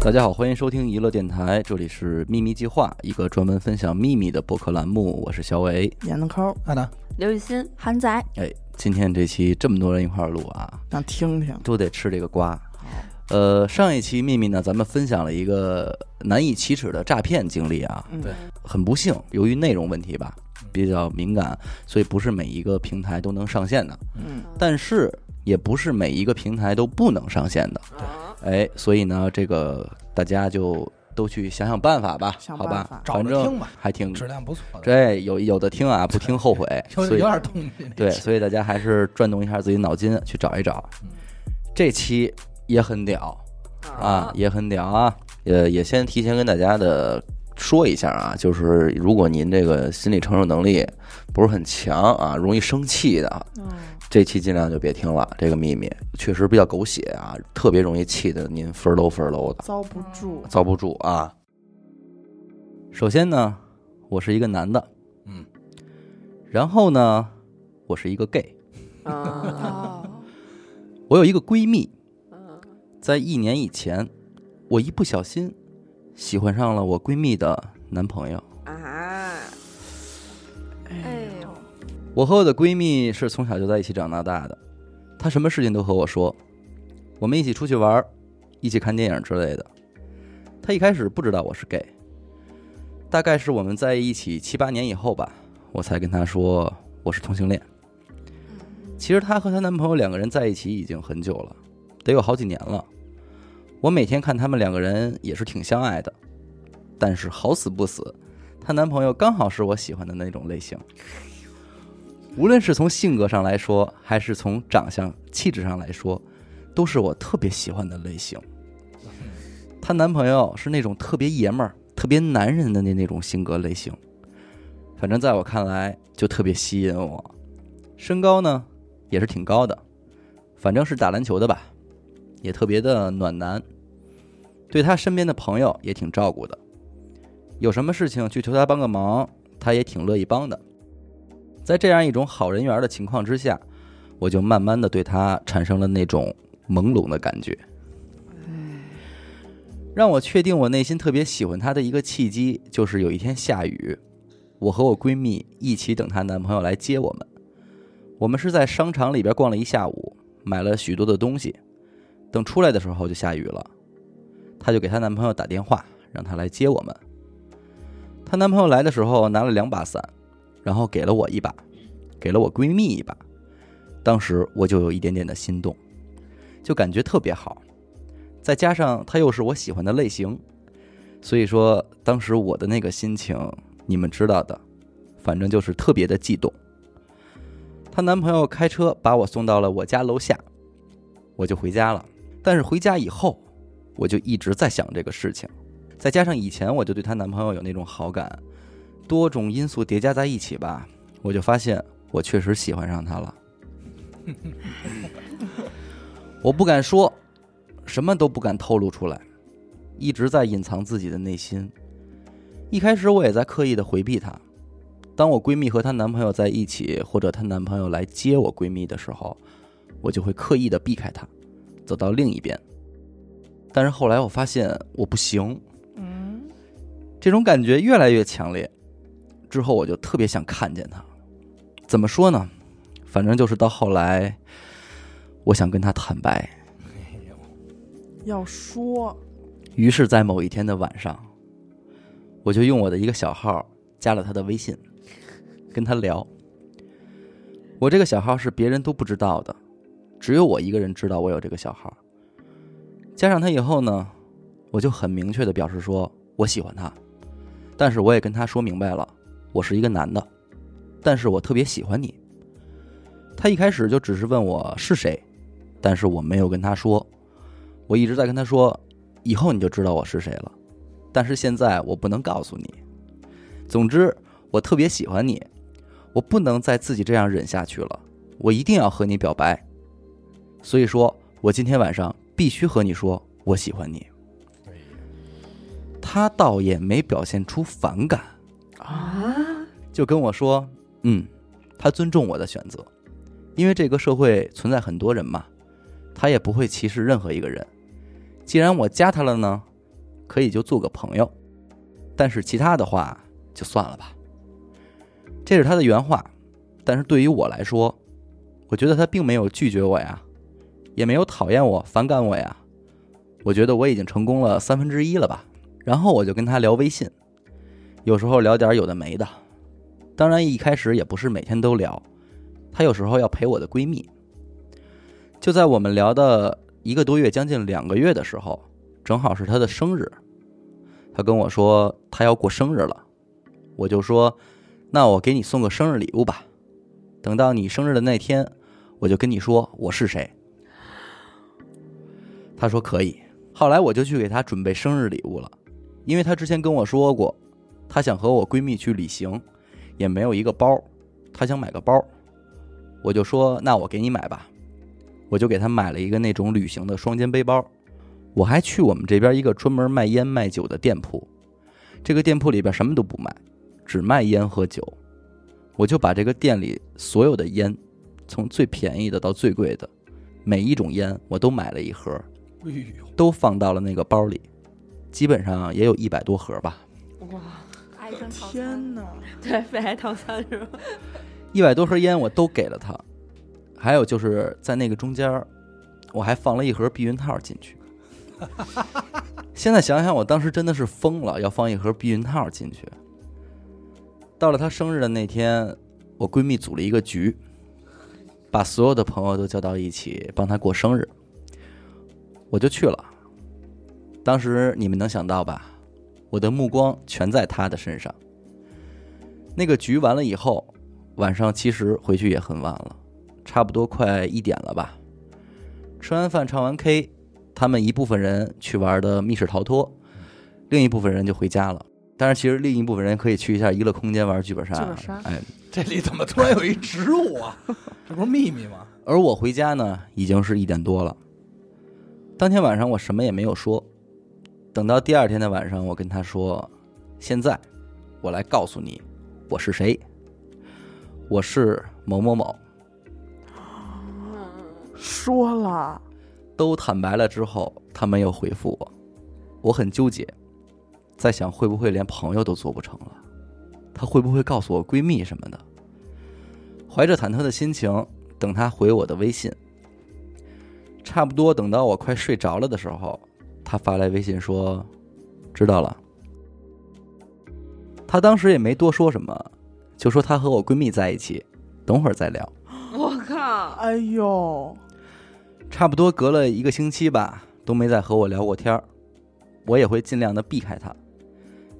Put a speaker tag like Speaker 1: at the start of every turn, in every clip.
Speaker 1: 大家好，欢迎收听娱乐电台，这里是秘密计划，一个专门分享秘密的播客栏目，我是小伟。
Speaker 2: 闫德抠，
Speaker 1: 啊
Speaker 3: 安南，
Speaker 4: 刘雨欣，
Speaker 5: 韩仔，
Speaker 1: 哎，今天这期这么多人一块儿录啊，
Speaker 2: 想听听。
Speaker 1: 都得吃这个瓜。呃，上一期秘密呢，咱们分享了一个难以启齿的诈骗经历啊，
Speaker 2: 嗯
Speaker 3: 对嗯
Speaker 1: 很不幸，由于内容问题吧，比较敏感，所以不是每一个平台都能上线的，
Speaker 2: 嗯，
Speaker 1: 但是也不是每一个平台都不能上线的，
Speaker 2: 啊
Speaker 1: 哎，所以呢，这个大家就都去想想办法吧，
Speaker 2: 想
Speaker 1: 好
Speaker 2: 办
Speaker 1: 吧反
Speaker 2: 法，
Speaker 3: 找着
Speaker 1: 正嗯
Speaker 3: 听吧
Speaker 1: 还挺
Speaker 3: 质量不错的，
Speaker 1: 这有有的听啊，不听后悔，
Speaker 3: 有
Speaker 1: 所以
Speaker 3: 有点嗯动静。
Speaker 1: 对，所以大家还是转动一下自己脑筋去找一找。这期也很屌啊，也很屌啊！
Speaker 6: 呃，也先提前跟大家的说一下啊，就是如果您这个心理承受能力不是很强啊，容易生气的，
Speaker 3: 嗯
Speaker 6: 这期尽量就别听了。这个秘密确实比较狗血啊，特别容易气得您分儿 low 分儿 low 的，
Speaker 2: 遭不住。
Speaker 6: 遭不住啊。
Speaker 1: 首先呢，我是一个男的，
Speaker 3: 嗯，
Speaker 1: 然后呢，我是一个 gay，
Speaker 4: 啊，
Speaker 5: 哦，
Speaker 1: 我有一个闺蜜，在一年以前，我一不小心喜欢上了我闺蜜的男朋友。
Speaker 4: 啊，
Speaker 5: 哎呦，
Speaker 1: 我和我的闺蜜是从小就在一起长大大的，她什么事情都和我说，我们一起出去玩儿，一起看电影之类的。她一开始不知道我是 gay，大概是我们在一起七八年以后吧，我才跟她说我是同性恋。其实她和她男朋友两个人在一起已经很久了，得有好几年了。我每天看他们两个人也是挺相爱的，但是好死不死，她男朋友刚好是我喜欢的那种类型。无论是从性格上来说，还是从长相、气质上来说，都是我特别喜欢的类型。她男朋友是那种特别爷们儿、特别男人的那那种性格类型，反正在我看来就特别吸引我。身高呢也是挺高的，反正是打篮球的吧，也特别的暖男，对她身边的朋友也挺照顾的，有什么事情去求她帮个忙，她也挺乐意帮的。在这样一种好人缘的情况之下，我就慢慢的对他产生了那种朦胧的感觉。让我确定我内心特别喜欢他的一个契机，就是有一天下雨，我和我闺蜜一起等她男朋友来接我们。我们是在商场里边逛了一下午，买了许多的东西。等出来的时候就下雨了，她就给她男朋友打电话，让他来接我们。她男朋友来的时候拿了两把伞，然后给了我一把，给了我闺蜜一把。当时我就有一点点的心动，就感觉特别好，再加上她又是我喜欢的类型，所以说当时我的那个心情你们知道的，反正就是特别的悸动。她男朋友开车把我送到了我家楼下，我就回家了。但是回家以后，我就一直在想这个事情，再加上以前我就对她男朋友有那种好感，多种因素叠加在一起吧，我就发现我确实喜欢上他了。我不敢说，什么都不敢透露出来，一直在隐藏自己的内心。一开始我也在刻意的回避他。当我闺蜜和她男朋友在一起，或者她男朋友来接我闺蜜的时候，我就会刻意的避开他，走到另一边。但是后来我发现我不行，
Speaker 2: 嗯，
Speaker 1: 这种感觉越来越强烈。之后我就特别想看见他，怎么说呢？反正就是到后来，我想跟他坦白。
Speaker 2: 要说
Speaker 1: 于是，在某一天的晚上，我就用我的一个小号加了他的微信，跟他聊。我这个小号是别人都不知道的，只有我一个人知道我有这个小号。加上他以后呢，我就很明确的表示说我喜欢他，但是我也跟他说明白了，我是一个男的，但是我特别喜欢你。他一开始就只是问我是谁，但是我没有跟他说，我一直在跟他说以后你就知道我是谁了。但是现在我不能告诉你。总之，我特别喜欢你，我不能再自己这样忍下去了，我一定要和你表白。所以说我今天晚上必须和你说我喜欢你。他倒也没表现出反感，
Speaker 2: 啊，
Speaker 1: 就跟我说，嗯，他尊重我的选择，因为这个社会存在很多人嘛，他也不会歧视任何一个人。既然我加他了呢，可以就做个朋友，但是其他的话就算了吧。这是他的原话，但是对于我来说，我觉得他并没有拒绝我呀，也没有讨厌我、反感我呀。我觉得我已经成功了三分之一了吧。然后我就跟他聊微信，有时候聊点有的没的。当然一开始也不是每天都聊，她有时候要陪我的闺蜜。就在我们聊的一个多月，将近两个月的时候，正好是她的生日。她跟我说她要过生日了，我就说那我给你送个生日礼物吧。等到你生日的那天，我就跟你说我是谁。她说可以。后来我就去给她准备生日礼物了，因为她之前跟我说过，她想和我闺蜜去旅行，也没有一个包，她想买个包。我就说那我给你买吧，我就给她买了一个那种旅行的双肩背包。我还去我们这边一个专门卖烟卖酒的店铺，这个店铺里边什么都不卖，只卖烟和酒。我就把这个店里所有的烟，从最便宜的到最贵的，每一种烟我都买了一盒，
Speaker 3: 哎呦，
Speaker 1: 都放到了那个包里，基本上也有一百多盒吧。
Speaker 2: 哇，
Speaker 1: 哎
Speaker 5: 癌症套餐，
Speaker 2: 天哪！
Speaker 4: 对，肺癌套餐是吧？
Speaker 1: 一百多盒烟我都给了他，还有就是在那个中间儿，我还放了一盒避孕套进去。现在想想，我当时真的是疯了，要放一盒避孕套进去。到了她生日的那天，我闺蜜组了一个局，把所有的朋友都叫到一起帮她过生日，我就去了。当时你们能想到吧？我的目光全在她的身上。那个局完了以后，晚上其实回去也很晚了，差不多快一点了吧。吃完饭唱完 K，他们一部分人去玩的密室逃脱，另一部分人就回家了。但是其实另一部分人可以去一下娱乐空间玩剧本杀。
Speaker 2: 剧本杀
Speaker 1: 哎，
Speaker 3: 这里怎么突然有一植物啊？这不是秘密 吗？
Speaker 1: 而我回家呢，已经是一点多了。当天晚上我什么也没有说，等到第二天的晚上，我跟他说：“现在我来告诉你，我是谁。我是某某某。”
Speaker 2: 说了，
Speaker 1: 都坦白了之后，他没有回复我，我很纠结，在想会不会连朋友都做不成了，她会不会告诉我闺蜜什么的？怀着忐忑的心情，等她回我的微信。差不多等到我快睡着了的时候，她发来微信说：“知道了。”她当时也没多说什么，就说她和我闺蜜在一起，等会儿再聊。
Speaker 4: 我靠！
Speaker 2: 哎呦，
Speaker 1: 差不多隔了一个星期吧，都没再和我聊过天儿。我也会尽量的避开她，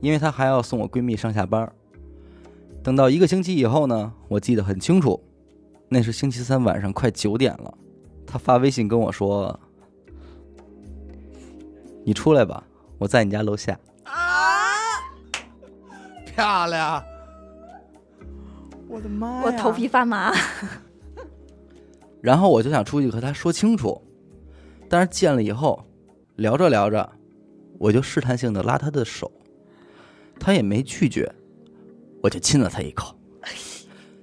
Speaker 1: 因为她还要送我闺蜜上下班儿。等到一个星期以后呢，我记得很清楚，那是星期三晚上快九点了，她发微信跟我说：“你出来吧，我在你家楼下。
Speaker 3: 漂亮，
Speaker 2: 我的妈呀！
Speaker 5: 我头皮发麻。”
Speaker 1: 然后我就想出去和她说清楚，但是见了以后，聊着聊着，我就试探性的拉她的手，她也没拒绝，我就亲了她一口，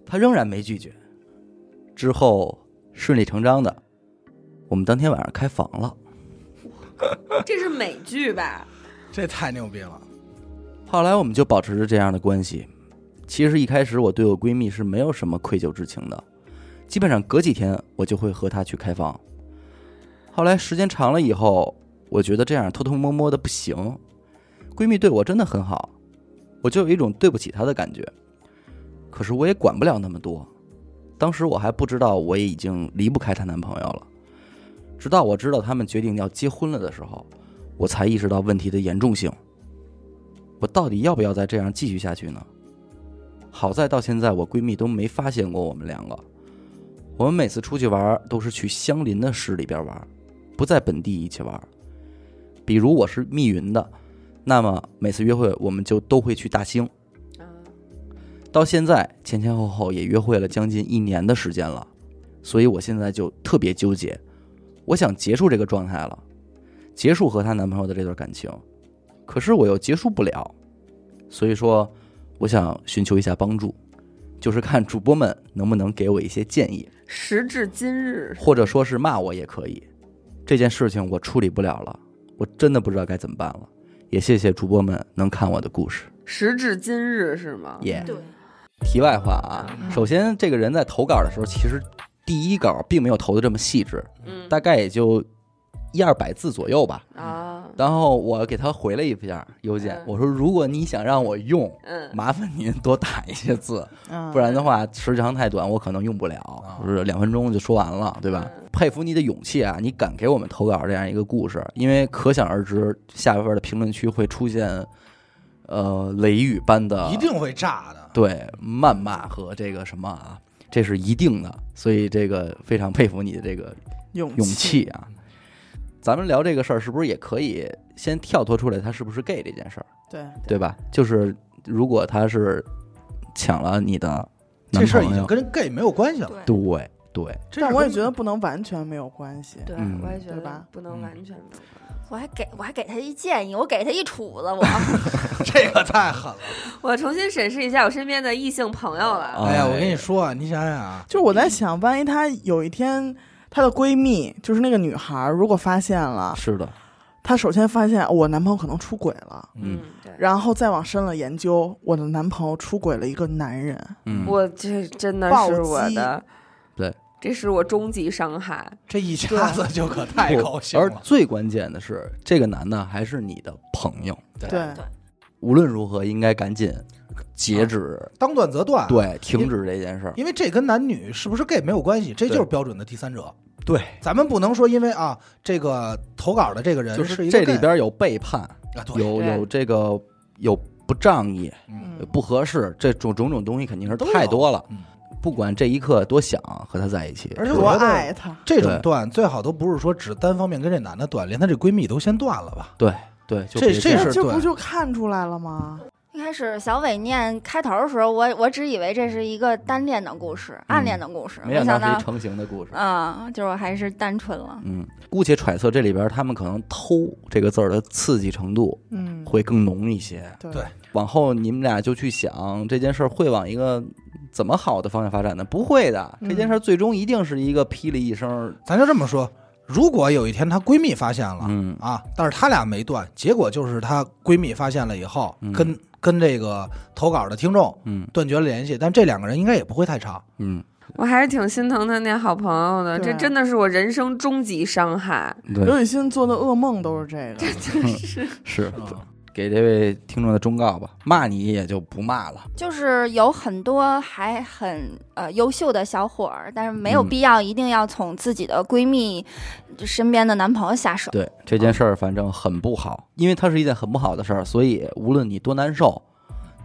Speaker 1: 她仍然没拒绝。之后顺理成章的，我们当天晚上开房了。
Speaker 4: 这是美剧吧？
Speaker 3: 这太牛逼了！
Speaker 1: 后来我们就保持着这样的关系。其实一开始我对我闺蜜是没有什么愧疚之情的，基本上隔几天我就会和她去开房。后来时间长了以后，我觉得这样偷偷摸摸的不行。闺蜜对我真的很好，我就有一种对不起她的感觉。可是我也管不了那么多，当时我还不知道我已经离不开她男朋友了。直到我知道他们决定要结婚了的时候，我才意识到问题的严重性。我到底要不要再这样继续下去呢？好在到现在我闺蜜都没发现过我们两个。我们每次出去玩儿都是去相邻的市里边玩儿，不在本地一起玩儿。比如我是密云的，那么每次约会我们就都会去大兴。嗯到现在前前后后也约会了将近一年的时间了，所以我现在就特别纠结，我想结束这个状态了，结束和她男朋友的这段感情，可是我又结束不了，所以说我想寻求一下帮助，就是看主播们能不能给我一些建议，
Speaker 4: 时至今日，
Speaker 1: 或者说是骂我也可以。这件事情我处理不了了，我真的不知道该怎么办了，也谢谢主播们能看我的故事。
Speaker 4: 时至今日是吗？
Speaker 1: 耶、
Speaker 5: 对，
Speaker 1: 题外话啊，
Speaker 4: 嗯
Speaker 1: 首先这个人在投稿的时候，其实第一稿并没有投的这么细致，
Speaker 4: 嗯
Speaker 1: 大概也就一二百字左右吧。
Speaker 4: 啊，
Speaker 1: 然后我给他回了一下邮件
Speaker 4: 嗯，
Speaker 1: 我说如果你想让我用，
Speaker 4: 嗯，
Speaker 1: 麻烦您多打一些字，
Speaker 2: 嗯
Speaker 1: 不然的话时长太短，我可能用不了，
Speaker 4: 嗯
Speaker 1: 就是两分钟就说完了，对吧？佩服你的勇气啊，你敢给我们投稿这样一个故事，因为可想而知，下边的评论区会出现，呃，雷雨般的
Speaker 3: 一定会炸的。
Speaker 1: 对谩骂和这个什么啊，这是一定的，所以这个非常佩服你的这个
Speaker 2: 勇
Speaker 1: 勇气啊。咱们聊这个事儿，是不是也可以先跳脱出来，他是不是 gay 这件事儿，
Speaker 2: 对，
Speaker 1: 对吧？就是如果他是抢了你的男
Speaker 3: 这事儿已
Speaker 1: 朋
Speaker 3: 经
Speaker 1: 友，
Speaker 3: 跟 gay 没有关系了。
Speaker 5: 对，
Speaker 1: 对对，
Speaker 3: 这事儿
Speaker 2: 但我也
Speaker 3: 跟
Speaker 2: 觉 得不能完全没有关系。
Speaker 4: 对啊
Speaker 1: 嗯，
Speaker 4: 我也觉
Speaker 2: 对
Speaker 4: 得
Speaker 2: 吧
Speaker 4: 不能
Speaker 1: 嗯
Speaker 4: 完全没有
Speaker 5: 我还给我还给他一建议，我给他一杵子，我
Speaker 3: 这个 太狠了。
Speaker 4: 我重新审视一下我身边的异性朋友了。
Speaker 1: 啊
Speaker 3: 哎呀，我跟你说啊，你想想啊，
Speaker 2: 就我在想，万一她有一天她的闺蜜，就是那个女孩儿，如果发现了，
Speaker 1: 哎是的，
Speaker 2: 她首先发现哦我男朋友可能出轨了，
Speaker 1: 嗯，
Speaker 4: 对，
Speaker 2: 然后再往深了研究，我的男朋友出轨了一个男人，
Speaker 1: 嗯，
Speaker 4: 我这真的
Speaker 2: 暴
Speaker 4: 是我
Speaker 2: 击
Speaker 4: 的，
Speaker 1: 对，
Speaker 4: 这是我终极伤害。
Speaker 3: 这一下子就可太
Speaker 1: 不
Speaker 3: 高兴
Speaker 1: 而
Speaker 3: 了。
Speaker 1: 最关键的是，这个男的还是你的朋友，
Speaker 2: 对，
Speaker 1: 无论如何应该赶紧
Speaker 3: 啊
Speaker 1: 截止，
Speaker 3: 当断则断，，
Speaker 1: 对，停止这件事儿。
Speaker 3: 因为这跟男女是不是 gay 没有关系，这
Speaker 1: 对
Speaker 3: 就是标准的第三者。
Speaker 1: 对，
Speaker 3: 咱们不能说因为啊，这个投稿的这个人
Speaker 1: 就是是
Speaker 3: 一个
Speaker 1: 这里
Speaker 3: gay
Speaker 1: 边有背叛，
Speaker 3: 啊，对，
Speaker 1: 有
Speaker 4: 对
Speaker 1: 有这个有不仗义、
Speaker 3: 嗯
Speaker 2: 嗯
Speaker 1: 不合适，这种种种东西肯定是
Speaker 3: 都有
Speaker 1: 太多了
Speaker 3: 嗯。
Speaker 1: 不管这一刻多想和他在一起，
Speaker 3: 而且
Speaker 2: 多
Speaker 3: 我觉
Speaker 2: 爱
Speaker 3: 得
Speaker 2: 她，
Speaker 3: 这
Speaker 1: 对
Speaker 3: 种断最好都不是说只单方面跟这男的断，连她这闺蜜都先断了吧。
Speaker 1: 对对，就
Speaker 3: 这
Speaker 1: 别
Speaker 3: 这
Speaker 1: 样
Speaker 3: 是
Speaker 2: 那就
Speaker 3: 对
Speaker 2: 不就看出来了吗？
Speaker 5: 一开始小伟念开头的时候，我我只以为这是一个单恋的故事，暗恋的故事，
Speaker 1: 嗯没
Speaker 5: 没
Speaker 1: 想
Speaker 5: 想
Speaker 1: 到是一
Speaker 5: 到，
Speaker 1: 成型的故事。
Speaker 5: 啊，就是还是单纯了。
Speaker 1: 嗯，姑且揣测这里边他们可能“偷”这个字儿的刺激程度
Speaker 2: 嗯，
Speaker 1: 会更浓一些。
Speaker 2: 对
Speaker 3: 对
Speaker 1: 往后你们俩就去想这件事儿会往一个怎么好的方向发展呢？不会的，
Speaker 2: 嗯
Speaker 1: 这件事儿最终一定是一个霹雳一声。
Speaker 3: 咱就这么说，如果有一天她闺蜜发现了，
Speaker 1: 嗯
Speaker 3: 啊，但是她俩没断，结果就是她闺蜜发现了以后，
Speaker 1: 嗯
Speaker 3: 跟跟这个投稿的听众
Speaker 1: 嗯
Speaker 3: 断绝了联系，但这两个人应该也不会太长。
Speaker 1: 嗯，
Speaker 4: 我还是挺心疼他那好朋友的，
Speaker 2: 对
Speaker 4: 这真的是我人生终极 伤害。
Speaker 1: 嗯对，
Speaker 2: 刘雨欣做的噩梦都是这个，
Speaker 1: 是
Speaker 3: 啊
Speaker 1: 给这位听众的忠告吧，骂你也就不骂了。
Speaker 5: 就是有很多还很呃优秀的小伙儿，但是没有
Speaker 1: 嗯
Speaker 5: 必要一定要从自己的闺蜜身边的男朋友下手。
Speaker 1: 对这件事儿，反正很不好，因为它是一件很不好的事儿，所以无论你多难受，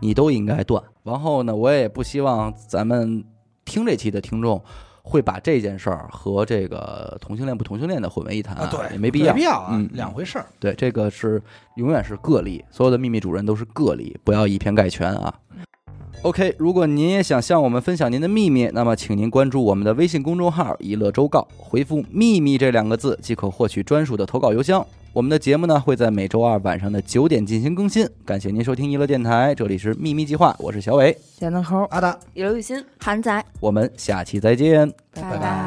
Speaker 1: 你都应该断。然后呢，我也不希望咱们听这期的听众会把这件事儿和这个同性恋不同性恋的混为一谈
Speaker 3: 啊，对，
Speaker 1: 也没必要，
Speaker 3: 没必要啊，
Speaker 1: 嗯
Speaker 3: 两回事儿。
Speaker 1: 对，这个是永远是个例，所有的秘密主人都是个例，不要以偏概全啊。OK，如果您也想向我们分享您的秘密，那么请您关注我们的微信公众号“一乐周告”，回复“秘密”这两个字即可获取专属的投稿邮箱。我们的节目呢会在每周二晚上的九点进行更新。感谢您收听一乐电台，这里是秘密计划，我是小伟，
Speaker 2: 点个头，
Speaker 3: 阿达，
Speaker 4: 刘雨欣，
Speaker 5: 韩仔，
Speaker 1: 我们下期再见。
Speaker 5: 拜
Speaker 3: 拜